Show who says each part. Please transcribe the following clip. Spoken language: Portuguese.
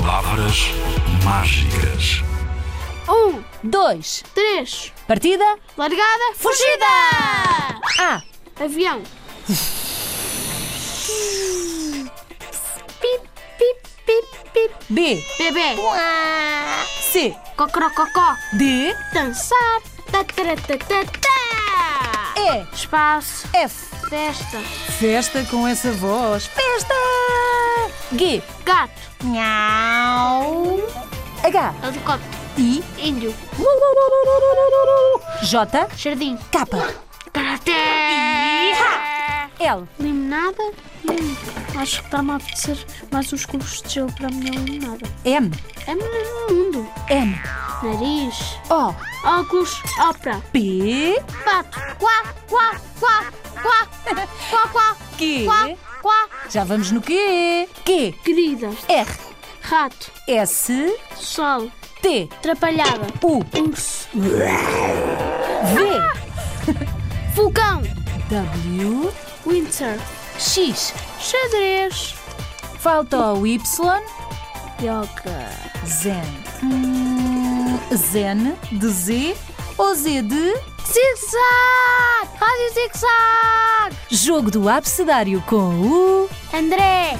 Speaker 1: Palavras mágicas.
Speaker 2: Um,
Speaker 3: Dois.
Speaker 2: três,
Speaker 3: Partida.
Speaker 2: largada, fugida!
Speaker 3: A.
Speaker 2: Avião. Pip, pip, pip, pip.
Speaker 3: B.
Speaker 2: Bebê.
Speaker 3: C.
Speaker 2: Cocorococó.
Speaker 3: D.
Speaker 2: Dançar. Tataratatá.
Speaker 3: E.
Speaker 2: Espaço.
Speaker 3: F.
Speaker 2: Festa.
Speaker 3: Festa com essa voz. Festa. G.
Speaker 2: Gato.
Speaker 3: H.
Speaker 2: Helicóptero.
Speaker 3: I.
Speaker 2: Índio.
Speaker 3: J.
Speaker 2: Jardim.
Speaker 3: K.
Speaker 2: Karaté.
Speaker 3: L.
Speaker 2: Limonada? Hum, acho que está-me a apetecer mais uns cubos de gelo para a minha limonada.
Speaker 3: M.
Speaker 2: É melhor no mundo.
Speaker 3: M.
Speaker 2: Nariz,
Speaker 3: O.
Speaker 2: óculos, ópera,
Speaker 3: P.
Speaker 2: pato. Quá, quá, quá, quá, quá, quá,
Speaker 3: Q.
Speaker 2: quá, quá.
Speaker 3: Já vamos no Q. Q.
Speaker 2: Querida,
Speaker 3: R.
Speaker 2: rato,
Speaker 3: S.
Speaker 2: sol,
Speaker 3: T.
Speaker 2: atrapalhada,
Speaker 3: U.
Speaker 2: urso,
Speaker 3: V.
Speaker 2: vulcão,
Speaker 3: W.
Speaker 2: winter,
Speaker 3: X.
Speaker 2: xadrez,
Speaker 3: Falta o Y.
Speaker 2: yoga,
Speaker 3: Zen. Hum, Zen. De Z. Ou Z de.
Speaker 2: zig-zag, rádio zig-zag,
Speaker 3: Jogo do Abcedário com o
Speaker 2: André,